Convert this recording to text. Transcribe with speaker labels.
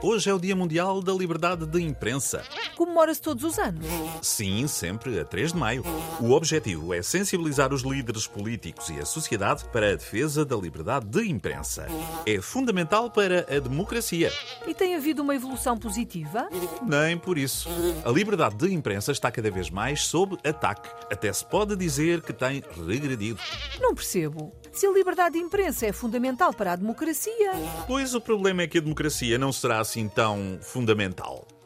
Speaker 1: Hoje é o Dia Mundial da Liberdade de Imprensa.
Speaker 2: Comemora-se todos os anos.
Speaker 1: Sim, sempre a 3 de maio. O objetivo é sensibilizar os líderes políticos e a sociedade para a defesa da liberdade de imprensa. É fundamental para a democracia.
Speaker 2: E tem havido uma evolução positiva?
Speaker 1: Nem por isso. A liberdade de imprensa está cada vez mais sob ataque. Até se pode dizer que tem regredido.
Speaker 2: Não percebo. Se a liberdade de imprensa é fundamental para a democracia,
Speaker 1: Pois o problema é que a democracia não será assim tão fundamental.